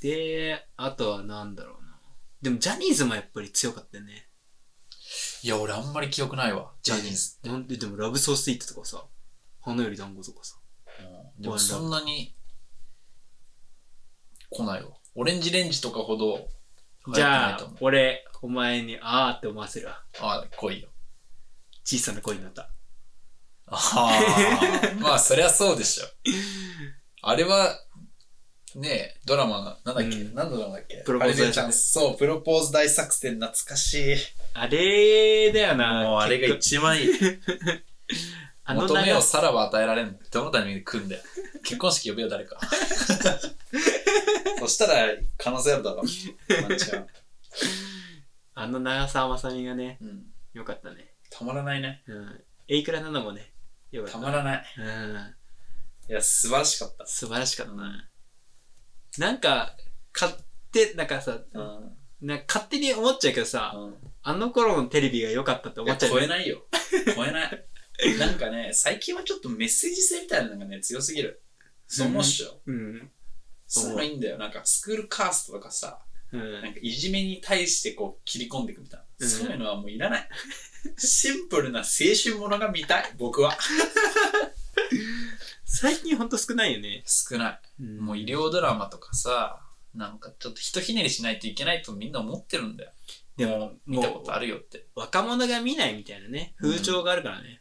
S2: で、あとはなんだろうな。でもジャニーズもやっぱり強かったよね。
S1: いや俺あんまり記憶ないわジャニーズ
S2: ズ。なんで、でもラブソースイートとかさ、花より団子とかさ。
S1: うんでもそんなに来ないわオレンジレンジとかほど
S2: じ
S1: 流
S2: ゃ
S1: 行
S2: あ
S1: ってない、
S2: 俺、お前にあーって思わせるわ。
S1: と思うあ来 いよ
S2: 小さな恋の歌。
S1: ああ、まあそりゃそうでしょ。あれは、ねえ、ドラマの、なんだっけ、
S2: うん
S1: 何のドラマだっけ
S2: プロポーズ
S1: あれでチャンスそう、プロポーズ大作戦懐かしい。
S2: あれだよな。
S1: もうあれが
S2: 結構
S1: 一番いい。
S2: あの
S1: 求
S2: 長
S1: めを
S2: さ
S1: さらば与えられん。どのタイミングで組んで。結婚式呼べよ、誰か。そしたら、可能性あるだろ。ワンチャン
S2: あの長澤まさみがね、
S1: うん。
S2: よかったね。
S1: たまらないね。
S2: うん。えいくらなのもね、よかったた。
S1: まらない。
S2: うん。
S1: いや、素晴らしかった。
S2: 素晴らしかったな。なんか、買って、なんかさ、
S1: うん。
S2: なんか勝手に思っちゃうけどさ、
S1: うん
S2: あの頃のテレビが良かったって
S1: い
S2: 思
S1: や
S2: っちゃうよ
S1: 超え
S2: ね。
S1: ないよ。超えない。なんかね、最近はちょっとメッセージ性みたいなのがね、強すぎる。そう思うっしょ。
S2: うん。
S1: そういうのいいんだよ。なんか、スクールカーストとかさ、
S2: う
S1: なん
S2: ん。
S1: か、いじめに対してこう、切り込んでいくみたいな。
S2: うん
S1: そういうのはもういらない。シンプルな青春ものが見たい、僕は。
S2: 最近ほんと少ないよね。
S1: 少ない。
S2: うん
S1: もう医療ドラマとかさ、なんかちょっとひとひねりしないといけないとみんな思ってるんだよ。
S2: でも、
S1: 見たこ
S2: も
S1: とあるよって。
S2: う、若者が見ないみたいなね、風潮があるからね。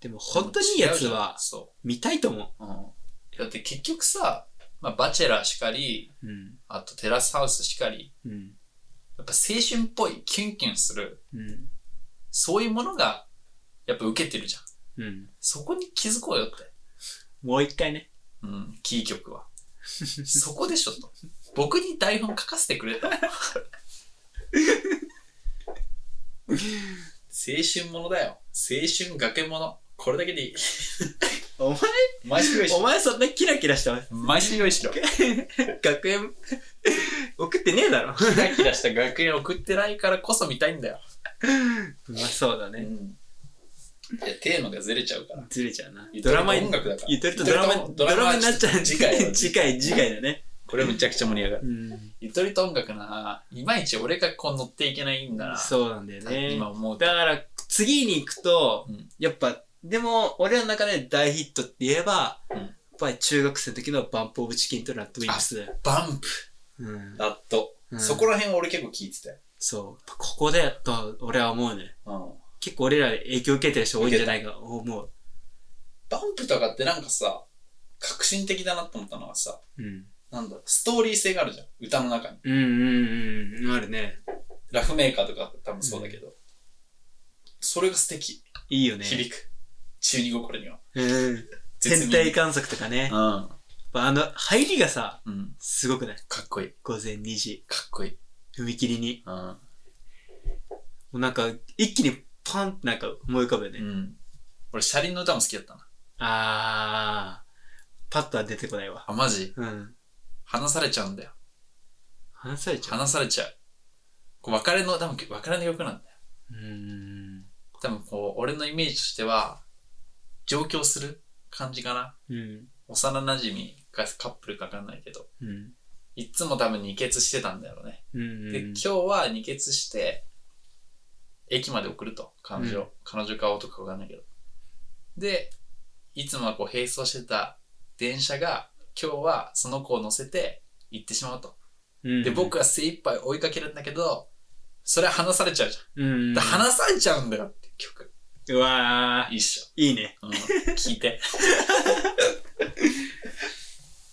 S2: でも、本当にいい
S1: で
S2: や
S1: も違う
S2: つ
S1: じゃん
S2: は、
S1: そ
S2: 見たいと思
S1: う。うん。だって結局さ、まあ、バチェラーしかり、
S2: う。うん。
S1: あとテラスハウスしかり、
S2: うん。
S1: やっぱ青春っぽい、キュンキュンする、
S2: うん。
S1: そういうものが、やっぱ受けてるじゃん。
S2: うん。
S1: そこに気づこうよって。
S2: もう一回ね。
S1: うん、キー曲 は。そこでしょと。僕に台本書かせてくれと。青春ものだよ。青春崖もの。これだけでいい。
S2: お前、
S1: 毎週用意し
S2: お
S1: ろ。
S2: 前そんなキラキラした
S1: 毎週用意しろ。
S2: 学園、送ってねえ だろ。
S1: キラキラした学園送ってないからこそ見たいんだよ。
S2: うまそうだ
S1: う
S2: ね。
S1: ん。いや、テーマがずれちゃうから。
S2: ずれちゃうな
S1: ゆ。と
S2: ド
S1: りと
S2: ラマに
S1: 音、楽だから
S2: ゆとりとドラマ、
S1: ド
S2: ド
S1: ラマ
S2: ラマになっちゃう。
S1: 次回は
S2: 次回、次回だね。
S1: これむちゃくちゃ盛り上がる。
S2: うん。
S1: ゆとりと音楽な、いまいち俺がこう乗っていけないんだな。
S2: そうなんだよね。
S1: 今思うと。
S2: だから、次に行くと
S1: うん、
S2: やっぱ、でも、俺らの中で大ヒットって言えば、
S1: うん
S2: やっぱり中学生の時のバンプオブチキンとラッドウィンプス。
S1: バンプ、
S2: うん
S1: ラット。
S2: うん
S1: そこら辺俺結構聞いてたよ。
S2: そう。やっぱここで、と、俺は思うね。
S1: うん。
S2: 結構俺ら影響受けてる人多いんじゃないかと思う。
S1: バンプとかってなんかさ、革新的だなと思ったのはさ、
S2: うん。
S1: なんだろう、ストーリー性があるじゃん。歌の中に。
S2: うんうんうん。あるね。
S1: ラフメーカーとか多分そうだけど。それが素敵。
S2: いいよね。
S1: 響く。中二心には。
S2: うん。
S1: 絶
S2: 天体観測とかね。やっ
S1: うん。
S2: ぱあの、入りがさ、
S1: うん。
S2: すごくない
S1: かっこいい。
S2: 午前2時、
S1: かっこいい。
S2: 踏切に。
S1: うん。
S2: もうなんか、一気にパンってなんか思い浮かぶよね。
S1: うん。俺、車輪の歌も好きだったな。
S2: あー、パッとは出てこないわ。
S1: あ、マジ
S2: うん。
S1: 話されちゃうんだよ。
S2: 話されちゃう。
S1: 話されちゃう。こう別れの、多分別れの曲なんだよ。
S2: うーん。
S1: 多分こう、俺のイメージとしては、上京する感じかな。
S2: うん。
S1: 幼馴染みかカップルかわかんないけど、
S2: うん。
S1: いっつも多分二血してたんだよね。
S2: うん。
S1: で、今日は二血して、駅まで送ると。彼女、
S2: う
S1: 彼女か男かわかんないけど。で、いつもはこう並走してた電車が、今日はその子を乗せて行ってしまうと。
S2: うん
S1: で、、僕は精一杯追いかけるんだけど、それは離されちゃうじゃん。
S2: うん。
S1: で離されちゃうんだよっていう曲。
S2: うわ
S1: 一緒。
S2: ー、いいね。
S1: うん、聞いて。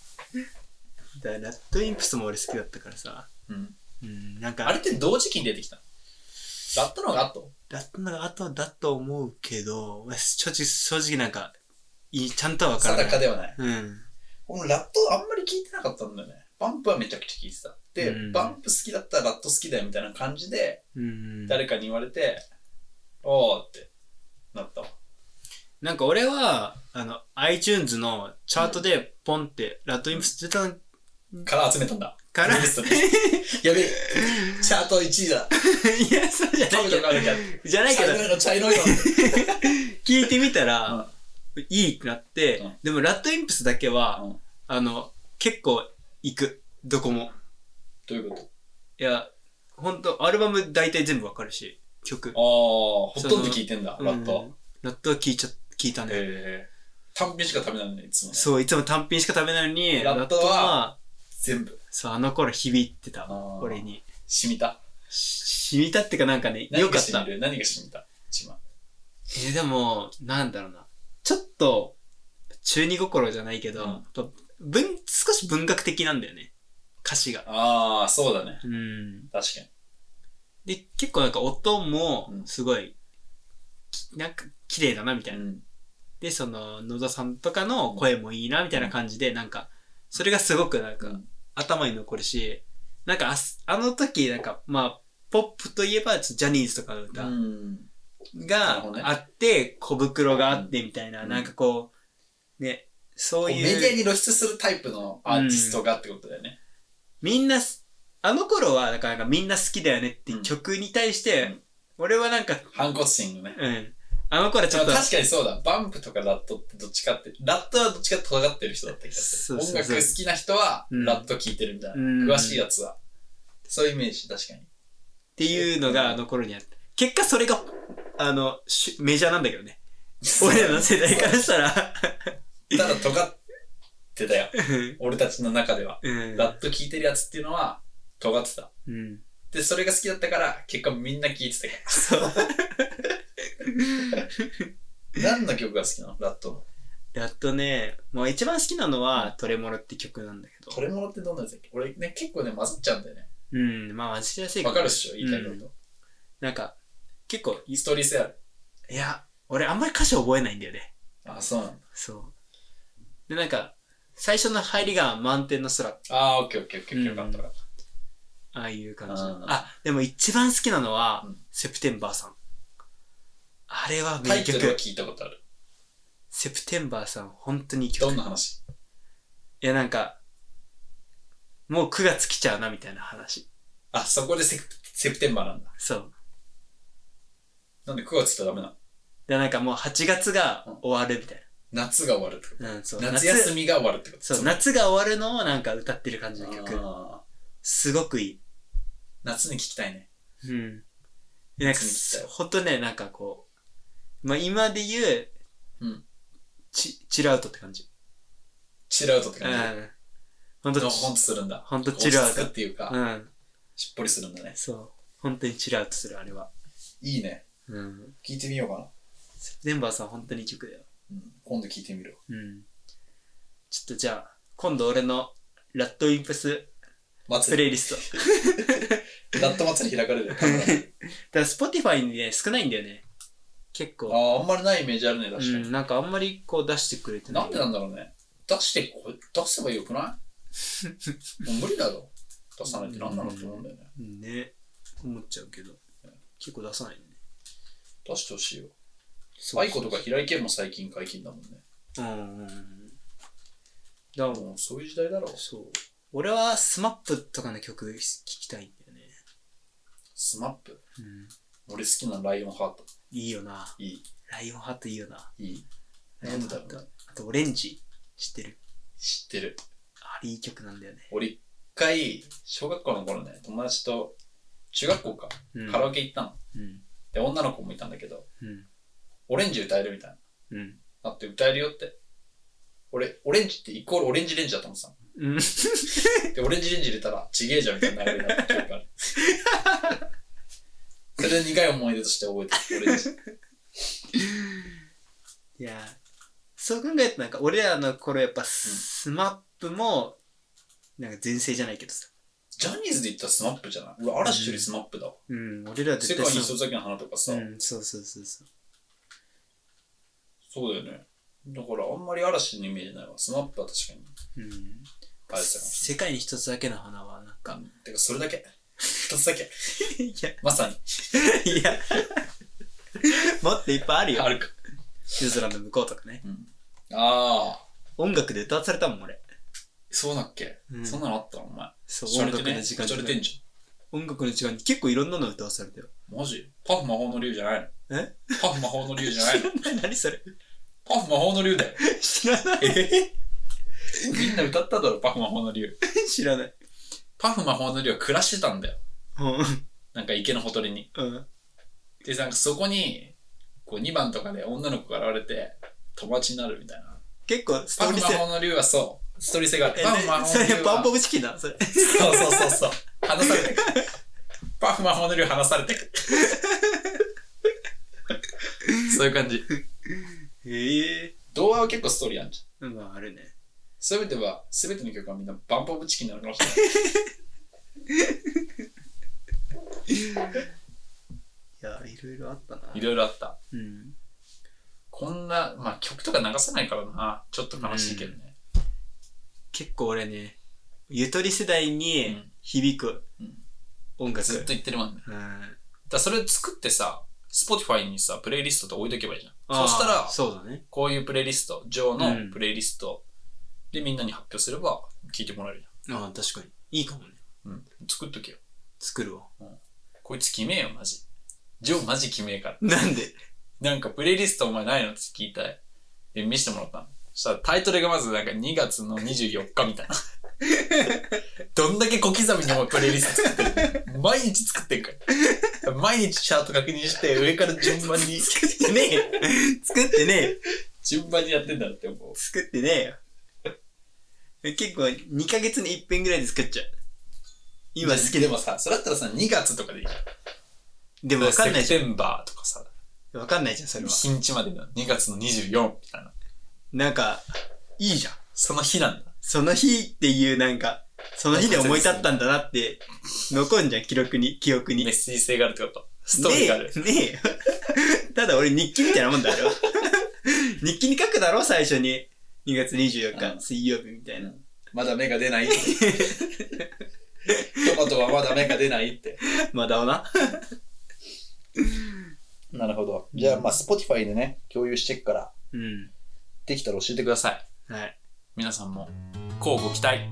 S2: だからラッドインプスも俺好きだったからさ。
S1: うん、
S2: うん、なんか、
S1: あれって同時期に出てきたのラットの方が後
S2: だったのが後だと思うけど、まあ正直、正直なんか、いい、ちゃんとは分からない。
S1: 定かではない。
S2: うん。
S1: 俺ラットあんまり聞いてなかったんだよね。バンプはめちゃくちゃ聞いてた。で、
S2: うん
S1: バンプ好きだったらラット好きだよみたいな感じで、
S2: うん。
S1: 誰かに言われて、おーってなったわ。
S2: なんか俺は、あの、iTunes のチャートでポンって、ラッドインプス出たの
S1: から集めたんだ。
S2: か な、
S1: リストにやべえ、チャート1位だ。
S2: いや、そうじゃ な
S1: 食
S2: い
S1: べ
S2: け
S1: とかなきゃ。
S2: ど、じゃないけど
S1: 茶、色いの茶色いの。
S2: 聞いてみたら、いいってなって、
S1: うん
S2: でもラッドインプスだけは、
S1: うん
S2: あの、結構行く。どこも。
S1: どういうこと
S2: いや、ほんと、アルバム大体全部わかるし、曲。
S1: ああ、ほとんど聞いてんだ、
S2: うん
S1: ラットは。
S2: ラットは聞いちゃ、聞いたね。
S1: えー、単品しか食べないのね、いつもね。
S2: そう、いつも単品しか食べないのに、
S1: ラットは
S2: ラットは
S1: 全部。
S2: そう、あの頃響いてた
S1: あー、
S2: 俺に。
S1: 染みた。
S2: し染みたってかなんかね、
S1: 何
S2: よ
S1: が
S2: かっ
S1: 染
S2: た
S1: み。る何が染みた一番。
S2: えーでも、なんだろうな。ちょっと、中二心じゃないけど、
S1: うん
S2: やっぱ文、少し文学的なんだよね。歌詞が。
S1: ああ、そうだね。
S2: うん。
S1: 確かに。
S2: で、結構なんか音も
S1: う、ん
S2: すごい、きなんか、綺麗だな、みたいな。
S1: うん
S2: で、その、野田さんとかの声もいいな、みたいな感じで、なんか、それがすごくなんか、
S1: うん
S2: 頭に残るし、なんかあす、あの時、なんか、まあ、ポップといえば、ちょっとジャニーズとかの歌。
S1: うん。
S2: があって、小袋があってみたいな、
S1: うん
S2: なんかこう、ね、そ
S1: こ
S2: う
S1: うメディア
S2: いう、
S1: に露出するタイプのアーティストがってことだよね。
S2: みんなす、あの頃は、なんかなんかみんな好きだよねって
S1: うん
S2: 曲に対して、
S1: うん
S2: 俺はなんか、
S1: 反骨心のね。
S2: うん、あの頃はち
S1: で
S2: ょっ
S1: も
S2: と、
S1: 確かにそうだ。バンプとかラットってどっちかって、ラットはどっちか尖ってる人だった気がす
S2: そう
S1: る。
S2: そう
S1: 音
S2: そう
S1: 楽好きな人は
S2: うん
S1: ラット聴いてるみたいな。
S2: うん
S1: 詳しいやつは。そういうイメージ、確かに。
S2: っていうのがあの頃にあった。結果それが、あの、しメジャーなんだけどね。俺らの世代からした ら、
S1: ただ尖ってたよ。
S2: うん
S1: 俺たちの中では。
S2: うん。
S1: ラッと聴いてるやつっていうのは尖ってた。
S2: うん。
S1: で、それが好きだったから、結果みんな聴いてたけ
S2: そう。
S1: ど。何の曲が好きなのラットの。
S2: やっとね、もう一番好きなのは、トレモロって曲なんだけど。
S1: これもってどんなやつだっけ俺ね、結構ね、混ざっちゃうんだよね。
S2: うん、まあ、忘れやすい
S1: わかるっしょ言いたいこ
S2: うん
S1: と。
S2: なんか、結構、
S1: ストーリー性ある。
S2: いや、俺あんまり歌詞覚えないんだよね。
S1: あ、そうなんだ。
S2: そう。で、なんか、最初の入りが満天の空。あ
S1: あー、オッケーオッケーオッケー。よかった
S2: うん
S1: わかった。
S2: あいう感じ。
S1: あ
S2: あ
S1: ー
S2: でも一番好きなのは、
S1: うん
S2: セプテンバーさん。あれは
S1: タ
S2: 名
S1: イトルは
S2: 曲。
S1: 聞いたことある。
S2: セプテンバーさん、本当にいい曲。
S1: どんな話
S2: いや、なんか、もう9月来ちゃうな、みたいな話。
S1: あ、そこでセプセプテンバーなんだ。
S2: そう。
S1: なんで9月ってダメなの
S2: で、なんかもう8月が終わるみたい
S1: 夏が終わるってこ
S2: な。うん、そ
S1: と。
S2: う。
S1: 夏休みが終わるってこと。
S2: 夏そう、夏が終わるのをなんか歌ってる感じの曲。
S1: あー
S2: すごくいい。
S1: 夏に聴きたいね。
S2: うん。なんか
S1: 別に聞きたい、
S2: ほんとね、なんかこう、まあ今で言う、
S1: うん
S2: チチルアウトって感じ。
S1: チルアウトって
S2: う
S1: 感じ
S2: ん。ほん
S1: で
S2: と
S1: の
S2: ち、
S1: ほんとするんだ
S2: ほんと
S1: 落ち
S2: チルアウ
S1: 着く
S2: ト
S1: っ。ていうか、
S2: うん。
S1: しっぽりするんだね
S2: そう。本当にチルアウトする、あれは。
S1: いいね
S2: うん。
S1: 聞いてみようかな、
S2: デンバーさん、本当にいい曲だよ。
S1: うん、今度聞いてみる
S2: うん。ちょっとじゃあ、今度俺のラッドインプスプ
S1: 祭
S2: レイリスト。
S1: りラット祭り開かれる
S2: だから、Spotify にね、少ないんだよね。結
S1: あ
S2: 構。
S1: ああんまりないイメージあるね
S2: う
S1: 確かに、
S2: ん、なんかあんまりこう出してくれてない。
S1: なんでなんだろうね出してこ出せばよくないもう無理だろ出さないってなんなのって思うんだよね
S2: ね。思っちゃうけど。結構出さないね。
S1: 出してほしいよ
S2: そう
S1: アイコとか平井堅も最近解禁だもんね
S2: うんうんうん。だからもう
S1: もうそういう時代だろ
S2: そう。俺はスマップとかの曲聞きたいんだよね。
S1: スマップ
S2: うん。
S1: 俺好きなライオンハート
S2: いいよな。
S1: いい
S2: ライオンハートいいよな。
S1: いい
S2: ラ
S1: な
S2: イオン
S1: ん
S2: ハ
S1: だ
S2: ー
S1: ろう
S2: ト
S1: ね。
S2: あと、オレンジ。知ってる。
S1: 知ってる
S2: あれいい曲なんだよね。
S1: 俺一回小学校の頃ね友達と中学校か
S2: うん。
S1: カラオケ行ったの、
S2: うん。
S1: で女の子もいたんだけど
S2: うん。
S1: オレンジ歌えるみたい
S2: うん。
S1: ななって歌えるよって俺オレンジってイコールオレンジレンジだと思ってたの
S2: うん。
S1: で、オレンジレンジ入れたら、ちげえじゃんみたいな流れになった記憶 がある。それで苦い思い出として覚えてる、オレンジ。
S2: いやー、そう考えるとなんか、俺らの頃やっぱスマップも、なんか全盛じゃないけどさ。
S1: ジャニーズで言ったらスマップじゃない俺、嵐よりスマップだわ。
S2: うん。俺ら
S1: 世
S2: 絶
S1: 界
S2: 対
S1: に
S2: そ
S1: 一つだけの花とかさ、
S2: う。うん、そうそうそうそう。
S1: そうだよね。だから、あんまり嵐のイメージないわ。スマップは確かに。
S2: うん。
S1: あれだよ
S2: 世界に一つだけの花は、 なんか、
S1: てか、それだけ。 一つだけ。
S2: いや、
S1: まさに。
S6: い や、もっといっぱいあるよ
S1: あ。るか。
S2: 夜空の向こうとかね。
S1: うん、ああ、
S2: 音楽で歌わされたもん、俺。
S1: そうだっけ、
S2: うん
S1: そんなのあったのお前。
S2: そう、
S1: そ
S2: 音
S1: れで
S2: 楽
S1: ね、
S2: の
S1: し
S2: 時
S1: ゃ
S2: 間
S1: れてんじ
S2: 音楽の時間に結構いろんなの歌わされたよ。
S1: ゃん。マジパフ魔法の竜じゃないの
S2: え
S1: パフ魔法の竜じゃないの
S2: 何それ
S1: パフ魔法の竜だよ。
S2: 知らない。
S1: えみんな歌っただろ、パフ魔法の竜。
S2: 知らない。
S1: パフ魔法の竜は暮らしてたんだよ。
S2: う
S1: なんか池のほとりに。
S2: ん。
S1: で、なんかそこに、こう2番とかで女の子が現れて、友達になるみたいな。
S2: 結構、スト
S1: パ
S2: ー
S1: フ
S2: リー
S1: 魔
S2: 性。
S1: 法の竜はそう、ストーリー性がある。
S2: え
S1: パフ魔
S2: な
S1: 法
S2: そ
S1: の竜
S2: れ、バンボ
S1: は。
S2: ブチキンだ、それ。
S1: そうそうそうそう。話されてく。パフ魔法の竜話されてく。そういう感じ。
S2: へえ。
S1: 動画は結構ストーリーあるじゃん。
S2: まあ、あるね。
S1: すべては、すべての曲はみんなバンポブチキンなのかもしれない。
S2: いや、いろいろあったな。
S1: いろいろあった。
S2: うん。
S1: こんな、まあ曲とか流せないからな。ちょっと悲しいけどね。
S2: 結構俺ね、ゆとり世代
S1: う
S2: に
S1: ん
S2: 響く
S1: うん
S2: 音楽。
S1: ずっと言ってるもんね。だか
S2: うん。
S1: らそれ作ってさ、Spotify にさ、プレイリストって置いとけばいいじゃ
S2: あ
S1: ん。
S2: ー
S1: そしたら、
S2: そうだね。
S1: こういうプレイリスト、上
S2: う
S1: の
S2: ん
S1: プレイリストでみんなに発表すれば聞いてもらえるじ
S2: ああ、確かに。いいかもね。
S1: ゃん。うん。作っとけよ。
S2: 作るわ。
S1: こいつ決めえよ、マジ。ジョーマジ決めえから。
S2: なんで
S1: なんかプレイリストお前ないのって聞いたい。で、見せてもらったの。そしたらタイトルがまずなんか2月の24日みたいな。 どんだけ小刻みにお前プレイリスト作ってる毎日作ってるから。毎日チャート確認して上から順番に、
S2: 作ってねえよ。 作ってねえよ。
S1: 順番にやってんだなって思う。
S2: 作ってねえよ。結構、2ヶ月に一遍ぐらいで作っちゃう。今好き
S1: で
S2: で
S1: も
S2: も。
S1: さ、それだったらさ、2月とかでいいじゃ
S2: でも
S1: ん。
S2: 分かんないじ
S1: セプテンバーとかさ、
S2: ゃん。分かんないじゃん、それは。
S1: 日にちまでだ。2月の24みたいな。
S2: なんか、いいじゃん。
S1: その日なんだ。
S2: その日っていうなんか、その日で思い立ったんだなって、残んじゃん、記録に、記憶に。
S1: メッセージ性があるってこと。ストーリーがある。
S2: ねえ。ねえよ ただ俺日記みたいなもんだ、あれは。 日記に書くだろ、最初に。2月24
S1: う
S2: 日、
S1: ん
S2: 水曜日みたいな。
S1: まだ芽が出ない。ト マトはまだ芽が出ないって。
S2: まだおな。
S1: なるほど。じゃあ、まあ、Spotify でね、共有していくから、
S2: うん。
S1: できたら教えてください。
S2: はい。
S1: 皆さんも、こうご期待。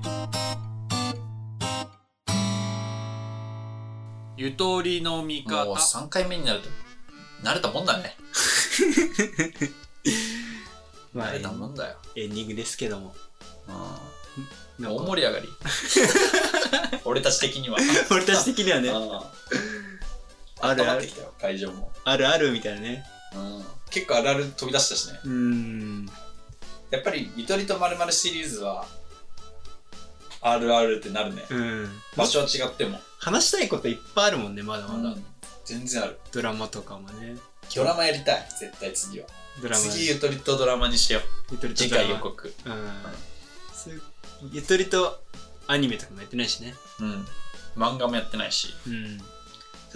S6: ゆとりの味
S1: もう3回目になると、慣れたもんだね。
S2: まあ、
S1: 慣
S2: エ
S1: れ
S2: ン
S1: たもんだよ。
S2: エンディングですけども。
S1: うん。
S2: なん
S1: 大
S2: か
S1: 盛り上がり。 俺たち的には。
S2: 俺たち的にはね、
S1: あ
S2: あるあ
S1: 温まっ
S2: る
S1: てきたよ、会場も。
S2: あるあるみたいなね。
S1: うん、結構あるある飛び出したしね
S2: うん。
S1: やっぱり「ゆとりとまるまるシリーズはあるあるってなるね
S2: うん。
S1: 場所は違っても、
S2: 話したいこといっぱいあるもんね、まだまだ。
S1: 全然ある
S2: ドラマとかもね。
S1: ドラマやりたい絶対次は
S2: ドラマ。
S1: 次ゆとりとドラマにしよう
S2: ゆとりと
S1: 次
S2: ドラ
S1: 回
S2: マ
S1: 予告
S2: うん。そういうゆとりとアニメとかもやってないしね。
S1: うん漫画もやってないし
S2: うん。そうい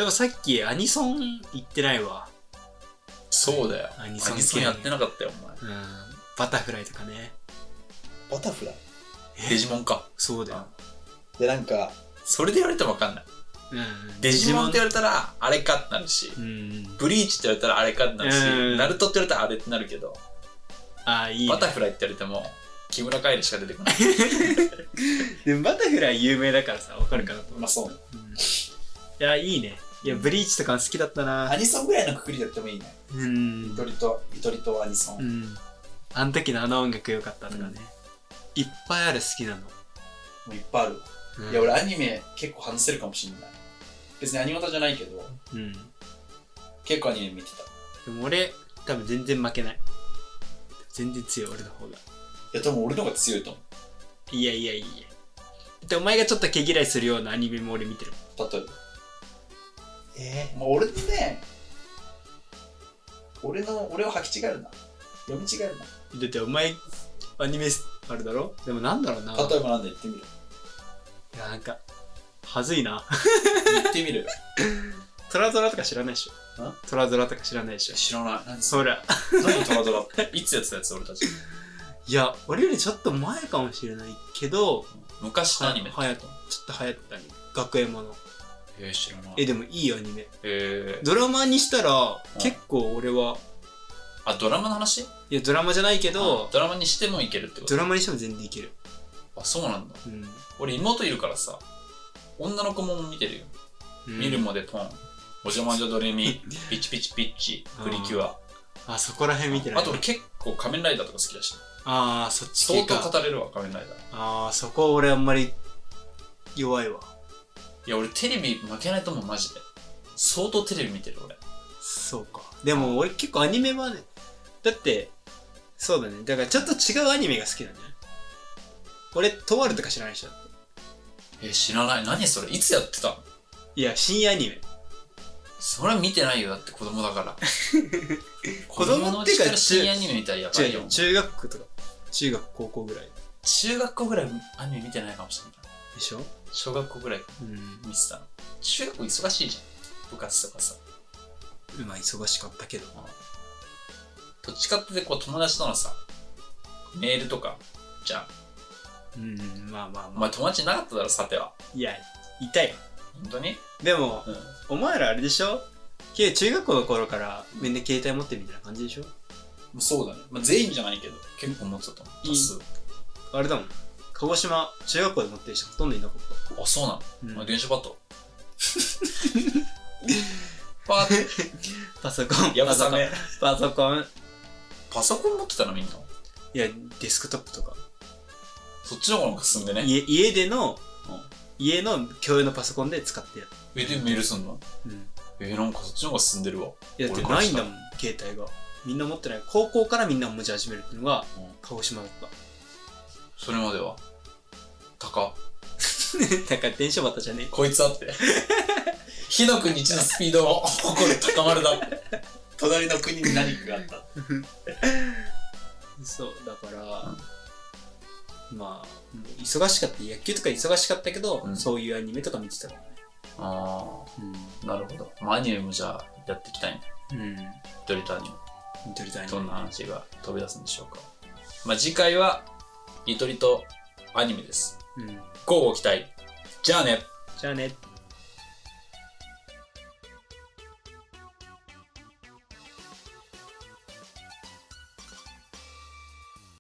S2: えばさっきアニソン言ってないわ。
S1: そうだよ
S2: アニ
S1: ア
S2: ソン
S1: ニソンやってなかったよお前
S2: うん。バタフライとかね。
S1: バタフライデジモンか
S2: そうだよ。
S1: でなんかそれで言われても分かんない
S2: うん。
S1: デジモンって言
S2: デ
S1: われたらあれかってなるし
S2: ジモンうん。
S1: ブリーチって言われたらあれかってなるし、
S2: うん
S1: ナルトって言われたらあれってなるけど
S2: ああ、いい、ね。
S1: バタフライって言われても木村カエルしか出てこない
S2: でもバタフライ有名だからさ、わかるかなと思う。
S1: まあそう
S2: うんいや、いいね。いや、ブリーチとか好きだっ た
S1: ア
S2: な。
S1: ニソンぐらいのくくりでやってもいいね
S2: うん
S1: ゆ。とりとゆとりとアニソン、
S2: うん。あの時のあの音楽良かったとかね。いっぱいある好きなの。
S1: もういっぱいあるわ
S2: うん
S1: いや俺アニメ結構話せるかもしれない別にアニメタじゃないけど
S2: うん。で
S1: 結構アニメ見てたい
S2: も俺、多分全然負けない。全然強い、俺の方が。
S1: や多分俺の方が強いと思
S2: いやいやいや。で、お前がちょっと毛嫌いするようなアニメも俺見てる。
S1: う例えば
S2: え
S1: もう俺ってね俺の俺を履き違えるな読み違えるな
S2: えだってお前、アニメあるだろでもなんだろうな。
S1: 例えばなんだ言ってみる
S2: いや、なんか、はずいな。
S1: 言ってみ る
S2: トラドラとか知らないでしょ
S1: ん
S2: トラドラとか知らないでしょ
S1: 知らない何
S2: そりゃ。
S1: 何トラドラっていつやってたやつ俺たち
S2: いや、俺よりちょっと前かもしれないけど、
S1: 昔のアニメ
S2: はやちょっと流行ったアニメ。学園もの。
S1: えー、知らない
S2: え、でもいいアニメ。
S1: えー、
S2: ドラマにしたら、
S1: うん
S2: 結構俺は、
S1: あドラマの話
S2: いや、ドラマじゃないけ
S1: あ
S2: ど、
S1: ドラマにしてもいけるってこ
S2: ド
S1: と
S2: ラマにしても全然いける。
S1: あそうなんだ
S2: うん。
S1: 俺妹いるからさ女の子も見てるよ
S2: うん
S1: 見るもでポン。おじゃまじゃドレ ミ、ピチピチピッチ、プリキュア。
S2: あ、そこら辺見てない。
S1: あと俺結構仮面ライダーとか好きだし、
S2: あー、そっち
S1: 相
S2: 系
S1: 当
S2: か。
S1: 語れるわ、仮面ライダー。
S2: あー、そこ俺あんまり弱いわ。
S1: いや、俺テレビ負けないと思う、マジで。相当テレビ見てる、俺。
S2: そうか。でも俺結構アニメはね、だって、そうだね。だからちょっと違うアニメが好きだね。俺、とあるとか知らないでしょ。
S1: え、知らない。何それいつやってたの
S2: いや、新アニメ。
S1: それ見てないよ、だって子供だから。
S2: 子供っていうか
S1: 子のうちら深夜アニメ見たらやば
S2: 違う
S1: い
S2: 違
S1: よ
S2: う。中学とか、中学、高校ぐらい
S1: 中学校ぐらいアニメ見てないかもしれない。
S2: でしょ
S1: 小学校ぐらい
S2: うん。
S1: 見てたの。中学校忙しいじゃん。部活とかさ。
S2: まあ、忙しかったけど。
S1: どっちかってこう友達とのさ、メールとか、じゃん。
S2: うん、まあまあ
S1: お
S2: まあ。
S1: 前友達いなかっただろ、さては。
S2: いや、いたよ。
S1: 本当に
S2: でも、
S1: うん。
S2: お前らあれでしょけ中学校の頃からみんな携帯持ってるみたいな感じでしょ
S1: そうだね。まあ、全員じゃないけど、結構持ってたと思う。
S2: いい
S1: 多数
S2: あれだもん。鹿児島、中学校で持ってる人ほとんどいなかった。
S1: あ、そうなの、
S2: うん
S1: まあ、電子バ トル。パーって。
S2: パソコン、
S1: や
S2: パ
S1: ぶ
S2: ソ
S1: さ
S2: コン、
S1: め。
S2: パソコン。
S1: パソコン持ってたのみんな。
S2: いや、デスクトップとか。
S1: そっちの方が進んでね。
S2: 家家での、
S1: うん
S2: 家の共有のパソコンで使ってやる。
S1: え、でメールすんの
S2: うん。
S1: えー、なんかそっちの方が進んでるわ。
S2: いや、だって
S1: 俺から
S2: ない
S1: し
S2: ん
S1: た
S2: だ
S1: ら
S2: もん、携帯が。みんな持ってない。高校からみんな持ち始めるっていうのが
S1: うん、
S2: 鹿児島だ った。
S1: それまでは。高。
S2: だから電車バタじゃね
S1: こいつあ って。火の国一のスピードを 誇る高丸だって。隣の国に何かがあった。
S2: え。 そう、だから、まあ、忙しかった。野球とか忙しかったけど、
S1: うん
S2: そういうアニメとか見てたからね。
S1: ああ、なるほど。まあ、アニメもじゃあやっていきたいね。
S2: うん。うん。
S1: ドリとアニメ。
S2: 見とりたい
S1: どんな話が飛び出すんでしょうか。まあ、次回は、ゆとりとアニメです。
S2: うん。
S1: 乞うご期待。じゃあね。
S2: じゃあね。